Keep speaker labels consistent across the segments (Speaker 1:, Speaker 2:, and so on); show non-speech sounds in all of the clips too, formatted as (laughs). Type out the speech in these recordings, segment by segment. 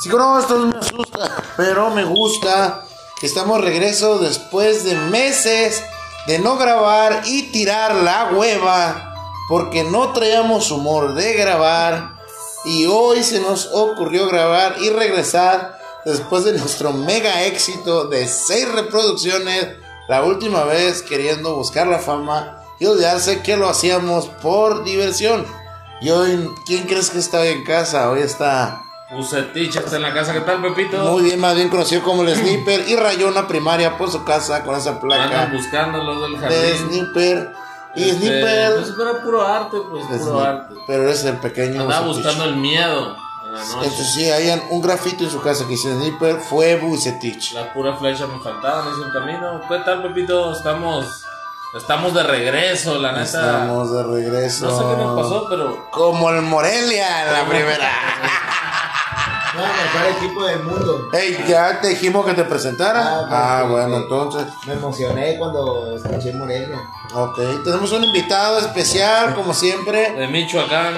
Speaker 1: Sí, no, esto me asusta, pero me gusta. Estamos regreso después de meses de no grabar y tirar la hueva porque no traíamos humor de grabar y hoy se nos ocurrió grabar y regresar después de nuestro mega éxito de seis reproducciones la última vez queriendo buscar la fama y olvidarse que lo hacíamos por diversión. Y hoy, ¿quién crees que está en casa? Hoy está
Speaker 2: Bucetich está en la casa, ¿qué tal, Pepito?
Speaker 1: muy bien, más bien conocido como el Sniper y rayó una primaria por su casa con esa placa.
Speaker 2: Andan buscando los del
Speaker 1: de
Speaker 2: jardín.
Speaker 1: Sniper y
Speaker 2: pues, Este,
Speaker 1: Sniper.
Speaker 2: Pues era puro arte, pues,
Speaker 1: de
Speaker 2: puro
Speaker 1: Sniper,
Speaker 2: arte.
Speaker 1: Pero es el pequeño.
Speaker 2: Andaba
Speaker 1: Bucetich.
Speaker 2: buscando el miedo. en la noche.
Speaker 1: Entonces sí, hayan un grafito en su casa que dice Sniper fue Bucetich.
Speaker 2: La pura flecha me faltaba, me hizo el camino. ¿Qué tal, Pepito? Estamos, estamos de regreso, la neta.
Speaker 1: Estamos de regreso.
Speaker 2: No sé qué nos pasó, pero.
Speaker 1: Como el Morelia en la primera.
Speaker 2: (laughs)
Speaker 3: No, mejor equipo del mundo.
Speaker 1: Ey, ya te dijimos que te presentara.
Speaker 3: Ah,
Speaker 1: Ah,
Speaker 3: ok,
Speaker 1: bueno,
Speaker 3: ok.
Speaker 1: entonces.
Speaker 3: Me emocioné cuando escuché Morelia.
Speaker 1: Ok, tenemos un invitado especial, como siempre.
Speaker 2: De Michoacán.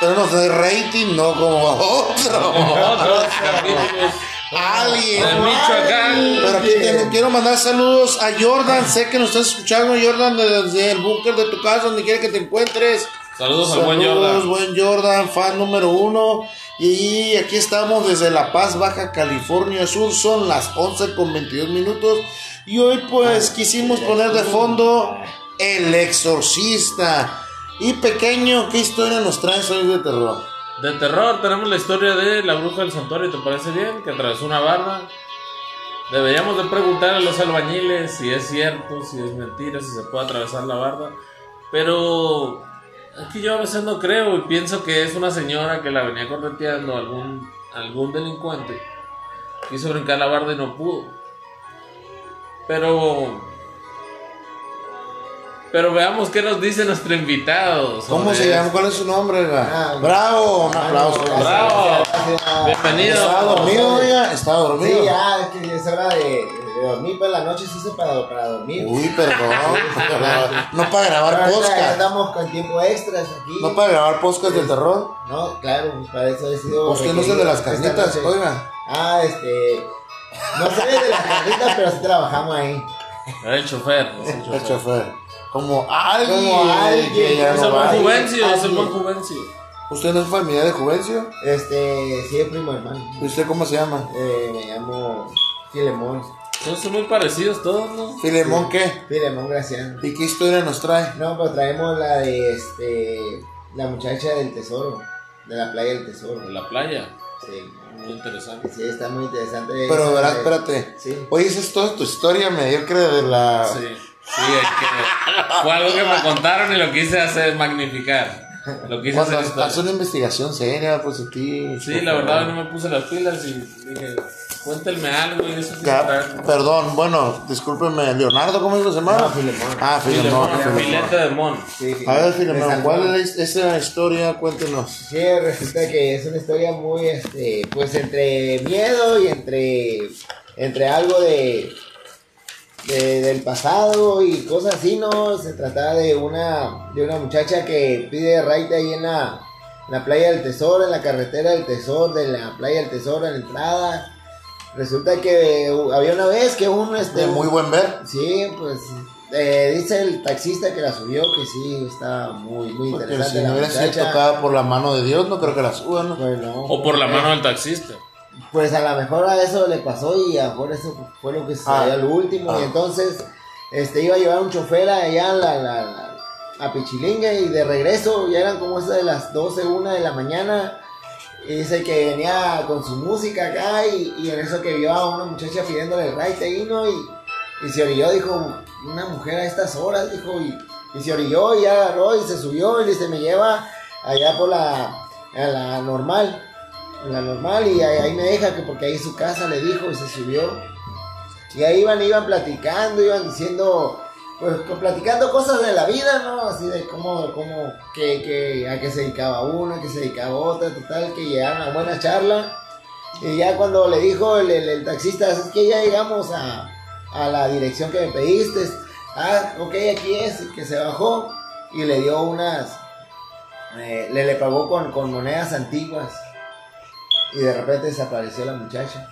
Speaker 1: Tenemos de rating, no como
Speaker 2: (laughs)
Speaker 1: otro. (laughs)
Speaker 2: Otros capítulos.
Speaker 1: Alguien.
Speaker 2: De Michoacán.
Speaker 1: Pero aquí te- quiero mandar saludos a Jordan. Sé que nos estás escuchando, Jordan, desde el búnker de tu casa, donde quiera que te encuentres.
Speaker 2: Saludos al buen
Speaker 1: Saludos,
Speaker 2: Jordan.
Speaker 1: buen Jordan, fan número uno. Y aquí estamos desde La Paz, Baja California Sur. Son las 11 con 22 minutos. Y hoy, pues, quisimos poner de fondo El Exorcista. Y pequeño, ¿qué historia nos traes hoy de terror?
Speaker 2: De terror tenemos la historia de la bruja del santuario, ¿te parece bien? Que atravesó una barba. Deberíamos de preguntar a los albañiles si es cierto, si es mentira, si se puede atravesar la barba. Pero aquí yo a veces no creo y pienso que es una señora que la venía correteando algún, algún delincuente. Quiso brincar la barda y no pudo. Pero... Pero veamos qué nos dice nuestro invitado.
Speaker 1: ¿Cómo
Speaker 2: sobre
Speaker 1: se llama? ¿Cuál es su nombre? oiga?
Speaker 3: Ah,
Speaker 1: Bravo, un aplauso.
Speaker 2: Bravo.
Speaker 3: Gracias.
Speaker 2: Bienvenido.
Speaker 1: ¿Está dormido, oiga? ¿Está dormido?
Speaker 3: Sí, ya, es que es hora de, de dormir, pues la noche se hizo para, para dormir.
Speaker 1: Uy, perdón. (laughs) no para grabar
Speaker 3: Ahorita ya
Speaker 1: podcast.
Speaker 3: Estamos con tiempo extras aquí.
Speaker 1: No para grabar podcast de terror.
Speaker 3: No, claro, pues para eso he sido.
Speaker 1: Pues que no es el de las
Speaker 3: requerido
Speaker 1: carnitas,
Speaker 3: esta noche.
Speaker 1: oiga.
Speaker 3: Ah, este. No sé de las carnitas, pero sí trabajamos ahí.
Speaker 2: Era el chofer. es el
Speaker 1: El
Speaker 2: chofer.
Speaker 1: chofer. Como alguien.
Speaker 3: Como alguien.
Speaker 1: que ya
Speaker 2: Es
Speaker 1: no
Speaker 2: el
Speaker 1: va.
Speaker 2: buen
Speaker 3: Ay,
Speaker 2: Juvencio, es el
Speaker 3: así
Speaker 2: buen
Speaker 3: es.
Speaker 2: Juvencio.
Speaker 1: ¿Usted no es familiar de Juvencio?
Speaker 3: Este, sí, es primo hermano.
Speaker 1: ¿Y usted cómo se llama?
Speaker 3: Eh, me llamo Filemón.
Speaker 2: No son muy parecidos todos, ¿no?
Speaker 1: ¿Filemón qué?
Speaker 3: Filemón Graciano.
Speaker 1: ¿Y qué historia nos trae?
Speaker 3: No, pues traemos la de este. La muchacha del tesoro. De la playa del tesoro.
Speaker 2: En la playa.
Speaker 3: Sí.
Speaker 2: Muy interesante.
Speaker 3: Sí, está muy interesante.
Speaker 1: Pero
Speaker 3: Esa-
Speaker 1: verás, espérate.
Speaker 3: Sí.
Speaker 1: Oye, esa es toda tu historia mediocre de la.
Speaker 2: Sí. Sí, es que fue algo que me contaron y lo quise hacer magnificar. Lo quise
Speaker 1: Cuando
Speaker 2: hacer.
Speaker 1: haz haz
Speaker 2: historia.
Speaker 1: una investigación seria, pues a ti.
Speaker 2: Sí, la verdad no me puse las pilas y dije, cuéntenme algo y eso sí
Speaker 1: Ya,
Speaker 2: está.
Speaker 1: perdón, bueno, discúlpeme, Leonardo, ¿cómo es que se llama?
Speaker 3: No, Filemón.
Speaker 1: Ah, Filemón. Filemón.
Speaker 2: Filete de mon.
Speaker 3: Sí, sí.
Speaker 1: A ver, Filemón,
Speaker 3: Resaltó.
Speaker 1: ¿cuál es esa historia? Cuéntenos.
Speaker 3: Sí, resulta que es una historia muy, este, pues entre miedo y entre, entre algo de, de- del pasado y cosas así, ¿no? Se trataba de una, de una muchacha que pide raite ahí en la, en la playa del tesoro, en la carretera del tesoro, de la playa del tesoro, en la entrada. Resulta que uh, había una vez que un, este,
Speaker 1: De muy buen ver.
Speaker 3: Sí, pues eh, dice el taxista que la subió que sí, estaba muy, muy
Speaker 1: Porque si
Speaker 3: interesante
Speaker 1: no
Speaker 3: la
Speaker 1: hubiera sido
Speaker 3: muchacha.
Speaker 1: tocada por la mano de Dios, no creo que la suban. ¿no?
Speaker 3: Pues no.
Speaker 2: O por la mano del taxista.
Speaker 3: Pues a lo mejor a eso le pasó y a lo mejor eso fue lo que sucedió
Speaker 1: Ah.
Speaker 3: al último.
Speaker 1: Ah.
Speaker 3: Y entonces este, iba a llevar un chofer allá a, la, la- la- a Pichilinga y de regreso ya eran como esas de las 12, 1 de la mañana. Y dice que venía con su música acá y, y en eso que vio a una muchacha pidiéndole el right ahí, ¿no? Y, y se orilló, dijo, una mujer a estas horas, dijo, y, y se orilló y ya agarró y se subió y dice, me lleva allá por la, a la normal, a la normal y ahí, ahí me deja, que porque ahí es su casa, le dijo, y se subió. Y ahí iban, iban platicando, iban diciendo, pues co- platicando cosas de la vida, ¿no? Así de cómo, cómo, que, que, a qué se dedicaba una, a qué se dedicaba otra, total, que llegaron a buena charla. Y ya cuando le dijo el, el- el taxista, es que ya llegamos a, a la dirección que me pediste. Ah, ok, aquí es, y que se bajó y le dio unas, eh, le, le pagó con, con monedas antiguas. y de repente desapareció la muchacha.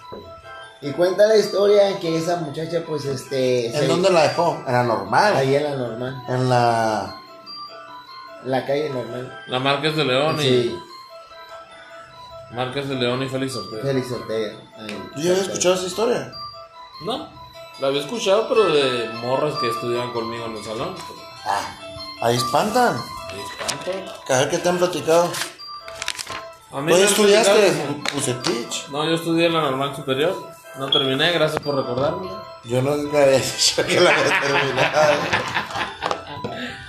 Speaker 3: Y cuenta la historia que esa muchacha, pues, este.
Speaker 1: ¿En
Speaker 3: se-
Speaker 1: dónde la dejó? En la normal.
Speaker 3: Ahí en la normal,
Speaker 1: En la.
Speaker 3: en la calle normal.
Speaker 2: La Márquez de León
Speaker 3: Sí,
Speaker 2: y. Márquez de León y Félix Ortega.
Speaker 3: Félix Ortega. ahí.
Speaker 1: ¿Tú ya habías escuchado esa historia?
Speaker 2: No, la había escuchado, pero de morras que estudiaban conmigo en el salón.
Speaker 1: Ah, ahí espantan.
Speaker 2: Ahí está.
Speaker 1: A ver qué te han platicado.
Speaker 2: A mí
Speaker 1: ¿Tú
Speaker 2: me han
Speaker 1: estudiaste Pues
Speaker 2: platicado-
Speaker 1: Bucetich?
Speaker 2: No, yo estudié en la normal superior. No terminé, gracias por recordarme.
Speaker 1: Yo nunca había (laughs) dicho que la había
Speaker 2: (laughs)
Speaker 1: terminado.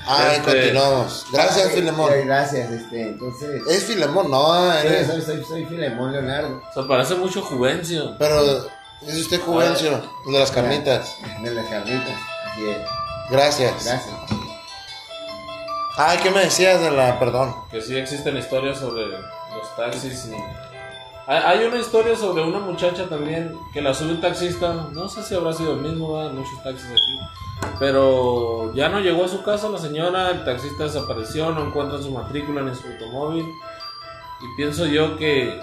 Speaker 1: Ah,
Speaker 2: Este-
Speaker 1: continuamos. Gracias,
Speaker 3: Eh,
Speaker 1: Filemón.
Speaker 3: eh, Gracias, este, entonces.
Speaker 1: Es Filemón, no,
Speaker 3: Sí,
Speaker 1: eres-
Speaker 3: soy, soy, soy Filemón Leonardo,
Speaker 2: O sea, parece mucho Juvencio.
Speaker 1: Pero es usted Juvencio, el de las carnitas.
Speaker 3: de las carnitas. Así es,
Speaker 1: Gracias.
Speaker 3: gracias.
Speaker 1: Ah, ¿qué me decías de la, perdón?
Speaker 2: Que sí existen historias sobre los taxis y... Hay hay una historia sobre una muchacha también que la sube un taxista, no sé si habrá sido el mismo, ¿verdad? muchos taxis aquí, pero ya no llegó a su casa la señora, el taxista desapareció, no encuentra su matrícula ni su automóvil y pienso yo que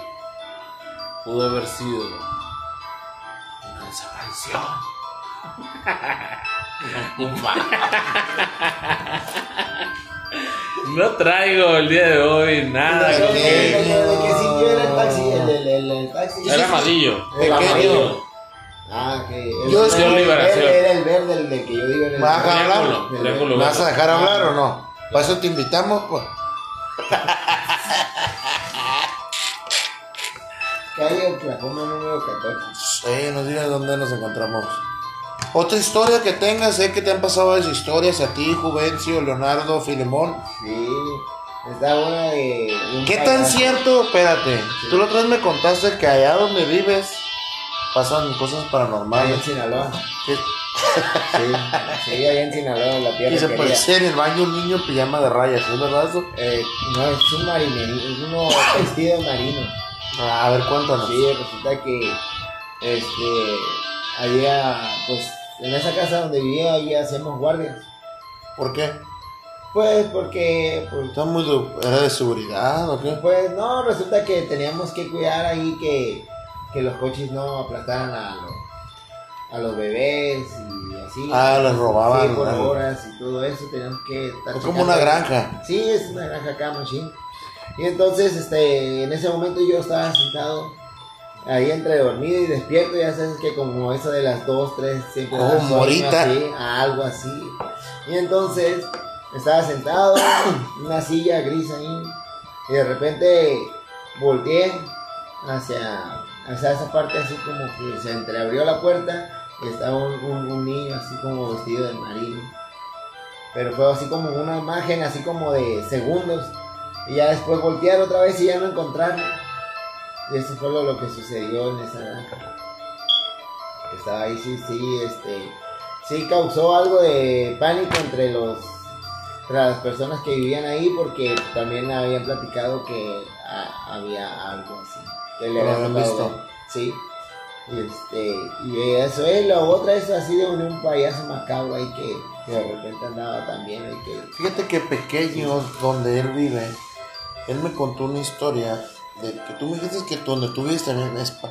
Speaker 2: pudo haber sido una desaparición. No traigo el día de hoy nada.
Speaker 1: Sí.
Speaker 3: Pero,
Speaker 2: que-
Speaker 3: ¿De de- de qué sitio era el taxi? El, el, el, el taxi.
Speaker 2: Era amarillo.
Speaker 1: Pequeño.
Speaker 2: amarillo.
Speaker 3: Ah, que.
Speaker 1: Yo
Speaker 3: el-
Speaker 1: soy
Speaker 3: el-
Speaker 2: liberación.
Speaker 3: el- Era el verde, el de que yo digo. Era el
Speaker 1: Baja.
Speaker 3: verde.
Speaker 2: Triángulo.
Speaker 3: Hablar.
Speaker 2: Triángulo.
Speaker 1: ¿Me vas a
Speaker 2: verde.
Speaker 1: dejar hablar o no? Para eso te invitamos, pues.
Speaker 3: Calle Oklahoma número 14.
Speaker 1: Sí, nos digas dónde nos encontramos. Otra historia que tengas, sé que te han pasado esas historias a ti, Juvencio, Leonardo, Filemón.
Speaker 3: Sí. Está buena de. de un
Speaker 1: ¿Qué tan
Speaker 3: payaso.
Speaker 1: cierto? Espérate, tú la otra vez me contaste que allá donde vives pasan cosas
Speaker 3: Ahí en
Speaker 1: paranormales.
Speaker 3: Sinaloa.
Speaker 1: Que-
Speaker 3: Sí, sí, allá en Sinaloa, la tierra
Speaker 1: Y se
Speaker 3: querida.
Speaker 1: parecía pues, en el baño un niño en pijama de rayas, ¿es verdad eso?
Speaker 3: Eh, no, es un marinero, es uno vestido de marino.
Speaker 1: A ver, cuéntanos.
Speaker 3: Sí, resulta que este había pues en esa casa donde vivía ahí hacíamos guardias.
Speaker 1: ¿Por qué?
Speaker 3: Pues porque pues,
Speaker 1: ¿Está muy de- ¿Era de seguridad o qué?
Speaker 3: pues, no, resulta que teníamos que cuidar ahí que, que los coches no aplastaran a los a los bebés y así.
Speaker 1: Ah, les robaban,
Speaker 3: Sí, por
Speaker 1: ¿no?
Speaker 3: horas y todo eso, teníamos que estar
Speaker 1: Es como una
Speaker 3: checando.
Speaker 1: granja.
Speaker 3: Sí, es una granja acá, machín. Y entonces, este, en ese momento yo estaba sentado ahí entre dormido y despierto, ya sabes que como eso de las 2, 3, siempre
Speaker 1: Como
Speaker 3: da sueño,
Speaker 1: morita.
Speaker 3: así, algo así. Y entonces estaba sentado, una silla gris ahí, y de repente volteé hacia, hacia esa parte así como que se entreabrió la puerta y estaba un, un- un niño así como vestido de marino. Pero fue así como una imagen así como de segundos. Y ya después voltear otra vez y ya no encontrarlo. Y eso fue lo, lo que sucedió en esa granja. Que Estaba ahí, sí, sí, este. Sí causó algo de pánico entre los entre las personas que vivían ahí porque también habían platicado que a- había algo así. Que le
Speaker 1: Lo
Speaker 3: habían
Speaker 1: habían
Speaker 3: tocado
Speaker 1: visto.
Speaker 3: ver. Sí. Y este, y eso es, la otra es así de un, un payaso macabro ahí que, que de repente andaba también ahí que
Speaker 1: Fíjate que pequeño, donde él vive, él me contó una historia de que tú me dijiste que tú- donde tú vives también es. pa-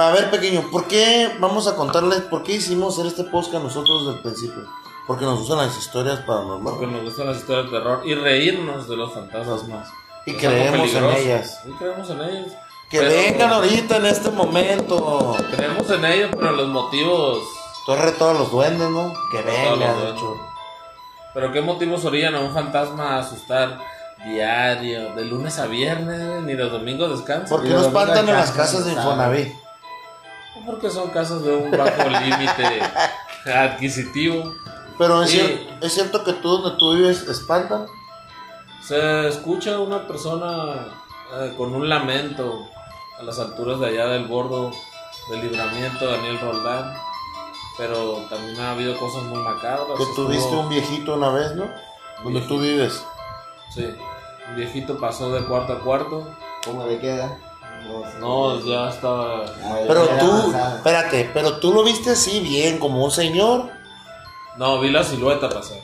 Speaker 1: Va a ver, pequeño, ¿por qué vamos a contarles por qué hicimos hacer este podcast nosotros desde el principio? Porque nos usan las historias
Speaker 2: Porque
Speaker 1: paranormales
Speaker 2: nos gustan las historias de terror y reírnos de los fantasmas más.
Speaker 1: y
Speaker 2: Es algo
Speaker 1: creemos en
Speaker 2: peligroso.
Speaker 1: ellas.
Speaker 2: Sí, creemos en ellas.
Speaker 1: Que
Speaker 2: Pero-
Speaker 1: vengan ahorita en este momento.
Speaker 2: Creemos en ellas, pero los motivos.
Speaker 1: Torre todos los duendes, ¿no? Que
Speaker 2: Todos
Speaker 1: vengan,
Speaker 2: los
Speaker 1: de
Speaker 2: duendes.
Speaker 1: hecho.
Speaker 2: Pero qué motivos orillan a un fantasma a asustar diario, de lunes a viernes, ni los domingos descansan.
Speaker 1: Porque
Speaker 3: los
Speaker 1: no
Speaker 3: domingos
Speaker 1: espantan en las
Speaker 3: descansan,
Speaker 1: casas de
Speaker 3: ¿sabes?
Speaker 1: Infonavit.
Speaker 2: Porque son casos de un bajo (laughs) límite adquisitivo.
Speaker 1: Pero es,
Speaker 2: Sí.
Speaker 1: cier- es cierto que tú donde tú vives espantan.
Speaker 2: Se escucha una persona eh, con un lamento a las alturas de allá del bordo del libramiento Daniel Roldán. Pero también ha habido cosas muy macabras.
Speaker 1: Que
Speaker 2: Estuvo-
Speaker 1: tuviste un viejito una vez, ¿no? Donde tú vives.
Speaker 2: Sí, un viejito pasó de cuarto a cuarto.
Speaker 3: ¿Cómo le queda?
Speaker 2: No, ya estaba.
Speaker 1: Pero
Speaker 3: Era
Speaker 1: tú,
Speaker 3: avanzada.
Speaker 1: espérate, pero tú lo viste así bien, como un señor,
Speaker 2: No, vi la silueta pasar.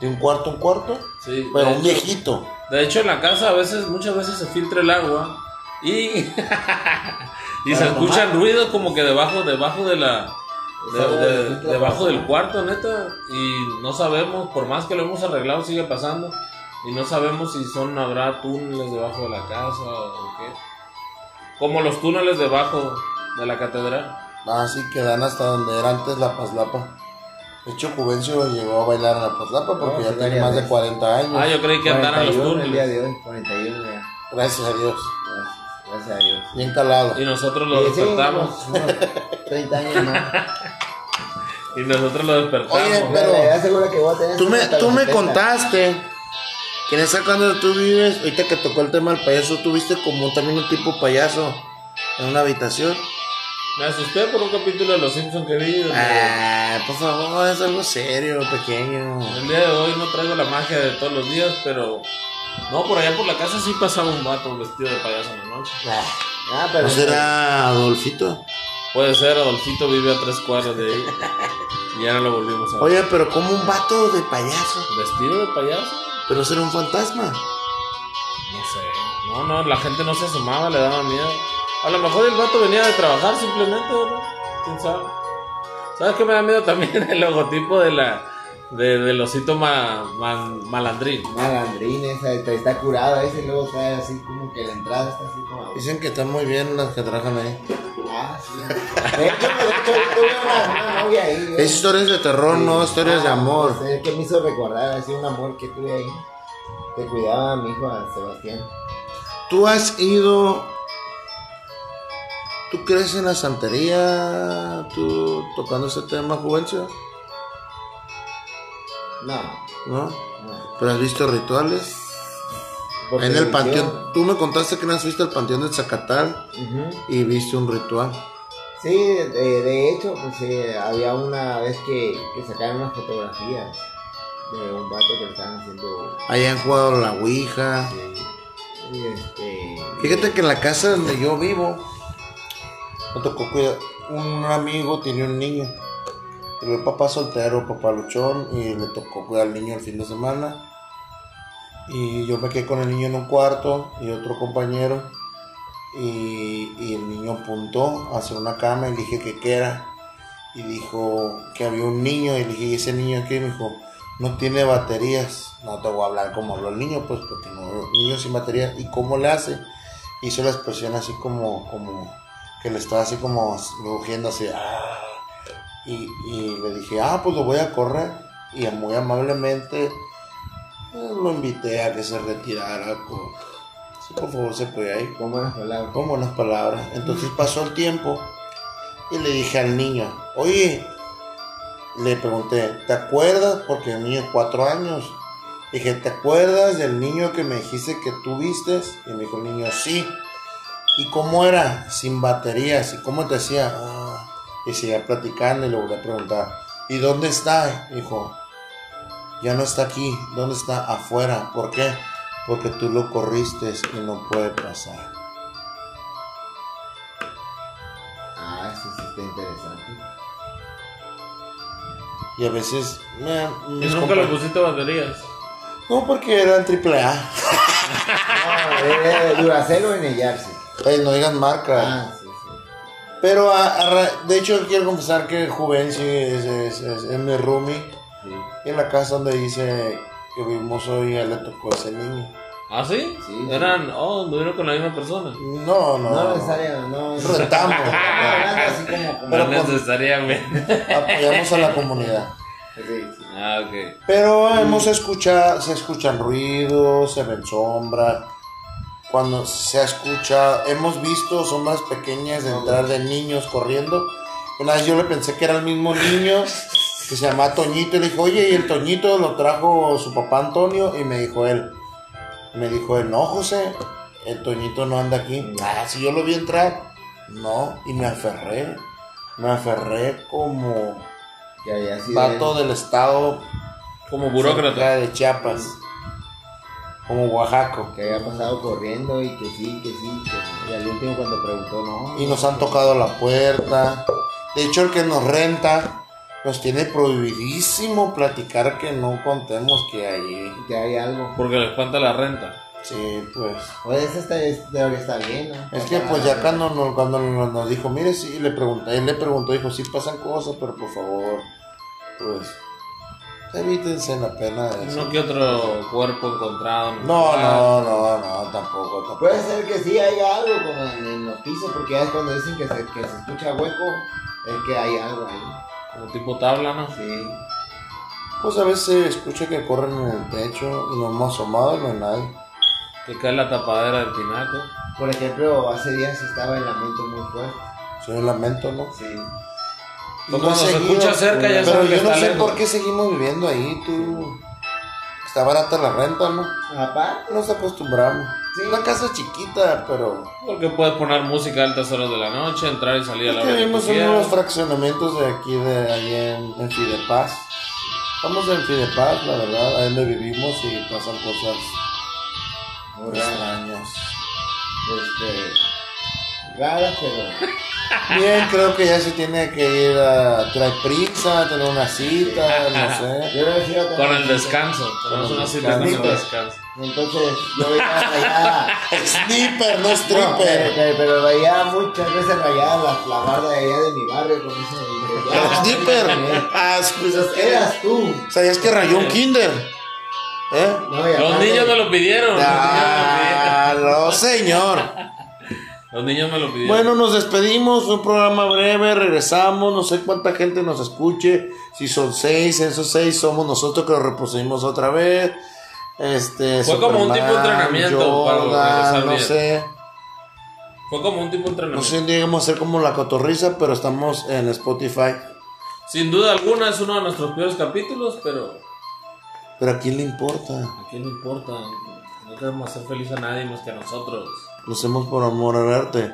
Speaker 1: de un cuarto a un cuarto,
Speaker 2: Sí,
Speaker 1: pero
Speaker 2: de
Speaker 1: un
Speaker 2: hecho-
Speaker 1: viejito.
Speaker 2: De hecho, en la casa a veces, muchas veces se filtra el agua Y, (laughs) y se
Speaker 3: Para tomar.
Speaker 2: escuchan ruidos como que debajo, debajo de la. de-
Speaker 3: Esa
Speaker 2: de-
Speaker 3: bola, ¿qué
Speaker 2: debajo
Speaker 3: pasa?
Speaker 2: del cuarto, neta. Y no sabemos, por más que lo hemos arreglado, sigue pasando. Y no sabemos si son, habrá túneles debajo de la casa o qué. Como los túneles debajo de la catedral.
Speaker 1: Así Ah, que dan hasta donde era antes la Pazlapa. De hecho, Juvencio llegó a bailar a la Pazlapa porque
Speaker 3: No,
Speaker 1: ya
Speaker 3: sí,
Speaker 1: tiene
Speaker 3: varias
Speaker 1: más de
Speaker 3: veces.
Speaker 1: 40 años.
Speaker 2: Ah, yo creí que andaran los
Speaker 3: 41 el día
Speaker 2: túneles.
Speaker 3: de hoy, 41 ya.
Speaker 1: Gracias a Dios.
Speaker 3: Gracias, gracias a Dios.
Speaker 1: Bien calado.
Speaker 2: Y nosotros lo
Speaker 3: Y sí,
Speaker 2: despertamos.
Speaker 3: unos- unos 30 años
Speaker 2: (laughs)
Speaker 3: más.
Speaker 2: Y nosotros lo
Speaker 1: Oye,
Speaker 2: despertamos.
Speaker 1: Pero-
Speaker 3: Pero ya seguro que voy a tener.
Speaker 1: Tú me,
Speaker 3: hasta
Speaker 1: tú
Speaker 3: los
Speaker 1: me
Speaker 3: 70.
Speaker 1: contaste que en esa cuando tú vives, ahorita que tocó el tema del payaso, tuviste como también un tipo payaso en una habitación.
Speaker 2: Me asusté por un capítulo de Los Simpsons que vi. donde-
Speaker 1: Ah, por favor, es algo serio, pequeño.
Speaker 2: El día de hoy no traigo la magia de todos los días, pero. No, por allá por la casa sí pasaba un vato vestido de payaso en la noche.
Speaker 1: Ah,
Speaker 3: Ah, pero.
Speaker 1: ¿No será Adolfito?
Speaker 2: Puede ser, Adolfito vive a tres cuadras de ahí. Y ya no lo volvimos a ver.
Speaker 1: Oye, pero como un vato de payaso,
Speaker 2: ¿Vestido de payaso?
Speaker 1: pero será un fantasma.
Speaker 2: No sé. No, no, la gente no se asomaba, le daba miedo. A lo mejor el vato venía de trabajar simplemente, ¿no? ¿Quién sabe? ¿Sabes qué me da miedo también? (laughs) El logotipo de la. De, del osito ma- man- malandrín.
Speaker 3: Malandrín, esa, está, está curado ese, y luego trae así como que la entrada está así como.
Speaker 1: Dicen que están muy bien las que trabajan ahí.
Speaker 3: Ah, sí. De hecho, de hecho, yo tuve una, una novia ahí. yo-
Speaker 1: Es historias de terror, no historias de
Speaker 3: Ah,
Speaker 1: amor.
Speaker 3: pues, es que me hizo recordar así un amor que tuve ahí. Te cuidaba a mi hijo, a Sebastián.
Speaker 1: Tú has ido. ¿Tú crees en la santería? ¿Tú tocando ese tema, Juvencio?
Speaker 3: No,
Speaker 1: ¿No?
Speaker 3: no.
Speaker 1: ¿Pero has visto rituales?
Speaker 3: Por
Speaker 1: en el
Speaker 3: televisión.
Speaker 1: panteón. Tú me contaste que no has visto el panteón de Zacatal
Speaker 3: Ujú.
Speaker 1: y viste un ritual.
Speaker 3: Sí, eh, de hecho, pues eh, había una vez que, que sacaron unas fotografías de un vato que le estaban haciendo.
Speaker 1: Ahí han jugado la Ouija.
Speaker 3: eh, y este,
Speaker 1: Fíjate que en la casa donde yo vivo, me tocó cuidar. Un amigo tenía un niño. Pero el papá soltero, papá luchón, y le tocó cuidar al niño el fin de semana. Y yo me quedé con el niño en un cuarto y otro compañero. Y, y el niño apuntó hacia una cama y le dije que qué era. Y dijo que había un niño. Y le dije, ¿y ese niño qué? Y me dijo, no tiene baterías. No te voy a hablar como habló el niño, pues, porque no, niño sin baterías. ¿Y cómo le hace? Hizo la expresión así como, como, que le estaba así como rugiendo así. "Ah". Y, y le dije, ah, pues lo voy a correr. Y muy amablemente eh, lo invité a que se retirara. con- Sí, por favor, se puede ir
Speaker 3: Con buenas palabras.
Speaker 1: con buenas palabras. Entonces pasó el tiempo y le dije al niño, oye, le pregunté, ¿te acuerdas? Porque el niño es cuatro años. Dije, ¿te acuerdas del niño que me dijiste que tú vistes? Y me dijo el niño, sí. ¿Y cómo era? Sin baterías. ¿Y cómo te hacía? "Ah". Y seguía platicando y le volví a preguntar, ¿y dónde está? Dijo, ya no está aquí, ¿dónde está? Afuera. ¿Por qué? Porque tú lo corriste y no puede pasar.
Speaker 3: Ah, sí, sí, está interesante.
Speaker 1: Y a veces. me-
Speaker 2: Y
Speaker 1: mis
Speaker 2: nunca
Speaker 1: compa-
Speaker 2: le pusiste baterías.
Speaker 1: No, porque eran triple A.
Speaker 3: No, eh, eh, Duracelo en el Yarse.
Speaker 1: Ay, no digan marca.
Speaker 3: Ah, sí, sí.
Speaker 1: Pero a- a ra- de hecho, quiero confesar que Juvencio es, es- es- es mi roomie.
Speaker 3: Sí,
Speaker 1: Y en la casa donde dice que vivimos hoy, a él le tocó ese niño.
Speaker 2: ¿Ah, sí?
Speaker 3: Sí.
Speaker 2: Eran, oh, anduvieron con la misma persona.
Speaker 1: No, no.
Speaker 3: No
Speaker 1: no.
Speaker 3: necesariamente, no.
Speaker 1: Rentamos.
Speaker 3: Hablando así como. como-
Speaker 1: Pero
Speaker 2: no
Speaker 1: con-
Speaker 2: necesariamente.
Speaker 1: Apoyamos a la comunidad.
Speaker 3: Sí, sí.
Speaker 2: ah, ok.
Speaker 1: Pero hemos escuchado, se escuchan ruidos, se ven sombras. Cuando se escucha, hemos visto sombras pequeñas de entrar de niños corriendo. Una vez yo le pensé que era el mismo niño que se llamaba Toñito y le dije, oye, y el Toñito lo trajo su papá Antonio y me dijo él, me dijo él, no, José, el Toñito no anda aquí. Ah, si yo lo vi entrar, no, y me aferré, me aferré como
Speaker 3: Que había sido.
Speaker 1: vato del estado
Speaker 2: Como burócrata.
Speaker 1: Cerca de Chiapas. Como Oaxaco.
Speaker 3: Que había pasado corriendo y que sí, que sí. Que no. Y al último, cuando preguntó, no.
Speaker 1: Y nos han tocado la puerta. De hecho, el que nos renta nos tiene prohibidísimo platicar que no contemos que ahí.
Speaker 3: Que hay algo.
Speaker 2: Porque le espanta la renta.
Speaker 1: Sí, pues.
Speaker 3: Pues esta es- teoría está bien, ¿no?
Speaker 1: Es que pues ya cuando nos, cuando nos nos dijo, mire, sí, le pregunté, él le preguntó, dijo, sí pasan cosas, pero por favor, pues, evítense la pena de eso.
Speaker 2: No que otro cuerpo encontrado. en el
Speaker 1: No,
Speaker 2: lugar.
Speaker 1: no, no, no, tampoco, tampoco.
Speaker 3: Puede ser que sí haya algo como en, en los pisos, porque ya es cuando dicen que se, que se escucha hueco, es que hay algo ahí.
Speaker 2: Como tipo tabla, ¿no?
Speaker 3: Sí.
Speaker 1: Pues a veces se escucha que corren en el techo y nos hemos asomado y no hay nadie.
Speaker 2: Que cae la tapadera del pinaco.
Speaker 3: Por ejemplo, hace días estaba el lamento muy fuerte.
Speaker 1: Soy un lamento, ¿no?
Speaker 3: Sí.
Speaker 2: Pero cuando se escucha cerca ya
Speaker 1: Pero
Speaker 2: saben que
Speaker 1: yo no
Speaker 2: está
Speaker 1: sé
Speaker 2: lejos.
Speaker 1: por qué seguimos viviendo ahí, tú. Está barata la renta, ¿no?
Speaker 3: Aparte,
Speaker 1: Nos acostumbramos.
Speaker 3: Sí.
Speaker 1: Una casa chiquita, pero...
Speaker 2: Porque puedes poner música a altas horas de la noche, entrar y salir a la
Speaker 1: Es
Speaker 2: hora
Speaker 1: que
Speaker 2: que tú
Speaker 1: vimos unos
Speaker 2: quieras.
Speaker 1: fraccionamientos de aquí, de ahí en, en Fidepaz. Estamos en Fidepaz, la verdad, ahí donde vivimos y pasan cosas
Speaker 3: muy raras,
Speaker 1: extrañas.
Speaker 3: este, raras, pero
Speaker 1: Bien, creo que ya se tiene que ir a traer prisa, a tener una cita, no
Speaker 2: (laughs)
Speaker 1: sé.
Speaker 3: yo no he sido tan-
Speaker 2: Con el descanso. Tenemos
Speaker 1: el
Speaker 2: una cita con el
Speaker 1: descanso.
Speaker 2: descanso.
Speaker 3: Entonces, yo veía rayada. (laughs)
Speaker 1: Sniper, no
Speaker 3: No, pero,
Speaker 1: stripper.
Speaker 3: pero- pero veía muchas veces rayada la, la barda de allá de mi barrio con eso. y dije, "Ah,
Speaker 1: Sniper. Ah, pues,
Speaker 3: Pues eras tú.
Speaker 1: ¿Sabías que rayó un kinder? ¿Eh?
Speaker 3: No, y
Speaker 2: Los
Speaker 3: aparte-
Speaker 2: niños me lo pidieron. los niños
Speaker 1: Ah, no, señor.
Speaker 2: me lo pidieron. Los niños me lo pidieron.
Speaker 1: Bueno, nos despedimos, fue un programa breve, regresamos, no sé cuánta gente nos escuche, si son seis, esos seis somos nosotros que los reproducimos otra vez. Este,
Speaker 2: Fue como un tipo de entrenamiento para regresar
Speaker 1: no
Speaker 2: bien.
Speaker 1: sé,
Speaker 2: Fue como un tipo de
Speaker 1: no
Speaker 2: entrenamiento.
Speaker 1: sé un día íbamos a ser como la cotorriza, pero estamos en Spotify.
Speaker 2: Sin duda alguna es uno de nuestros peores capítulos, pero
Speaker 1: Pero a quién le importa,
Speaker 2: ¿a quién le importa? No queremos hacer feliz a nadie más que a nosotros.
Speaker 1: lo hacemos por amor al arte.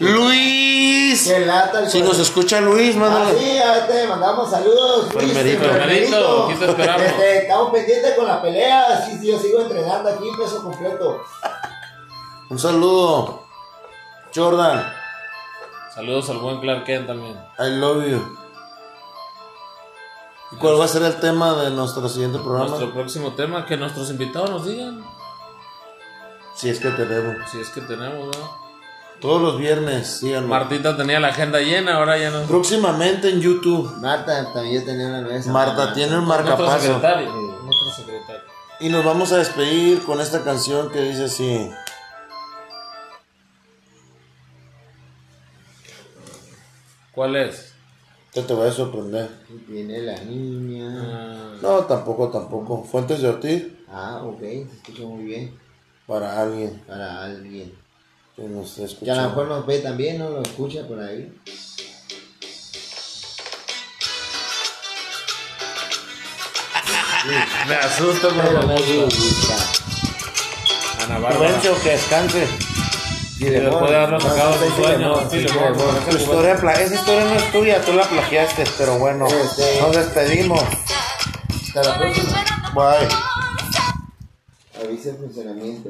Speaker 1: Luis,
Speaker 3: Que lata el
Speaker 1: si nos
Speaker 3: corazón.
Speaker 1: escucha Luis,
Speaker 3: Ah,
Speaker 1: mándale.
Speaker 3: sí, ahora te mandamos saludos.
Speaker 1: Palmerito.
Speaker 3: Cristi,
Speaker 2: Palmerito, aquí te esperamos.
Speaker 3: Este, estamos pendientes con la pelea. Sí, sí, yo sigo entrenando aquí, peso completo.
Speaker 1: Un saludo, Jordan,
Speaker 2: Saludos al buen Clark Kent también.
Speaker 1: I love you. ¿Y cuál va a ser el tema de nuestro siguiente programa?
Speaker 2: Nuestro próximo tema, que nuestros invitados nos digan.
Speaker 1: Si es que tenemos.
Speaker 2: Si es que tenemos, ¿no?
Speaker 1: Todos los viernes, síganos.
Speaker 2: Martita tenía la agenda llena, ahora ya no.
Speaker 1: Próximamente en YouTube.
Speaker 3: Marta también tenía una vez.
Speaker 1: Marta tiene un
Speaker 2: Nuestro
Speaker 1: marcapaso.
Speaker 2: secretario. Nuestro secretario.
Speaker 1: Y nos vamos a despedir con esta canción que dice así.
Speaker 2: ¿Cuál es?
Speaker 1: Te, te voy a sorprender.
Speaker 3: Tiene la niña.
Speaker 2: Ah,
Speaker 1: No, tampoco, tampoco. Fuentes de Ortiz
Speaker 3: Ah, ok, se escucha muy bien.
Speaker 1: para alguien
Speaker 3: Para alguien.
Speaker 1: que nos esté
Speaker 3: Que a lo
Speaker 1: escuchando.
Speaker 3: mejor nos ve también, no lo escucha por ahí.
Speaker 2: me asusta,
Speaker 3: Pero
Speaker 2: pero
Speaker 3: no
Speaker 2: me
Speaker 3: lo
Speaker 2: asusta.
Speaker 3: escucha.
Speaker 2: Ana Bárbara.
Speaker 1: Florencio, que descanse.
Speaker 3: Y
Speaker 2: Después de haberlo sacado de su sueño,
Speaker 3: Sí,
Speaker 2: sí, le
Speaker 3: Filemón.
Speaker 2: voy a
Speaker 1: Tu historia pla- esa historia no es tuya, tú la plagiaste, pero bueno.
Speaker 3: Este-
Speaker 1: Nos despedimos.
Speaker 3: Hasta la próxima.
Speaker 1: Bye.
Speaker 3: Avisa el funcionamiento.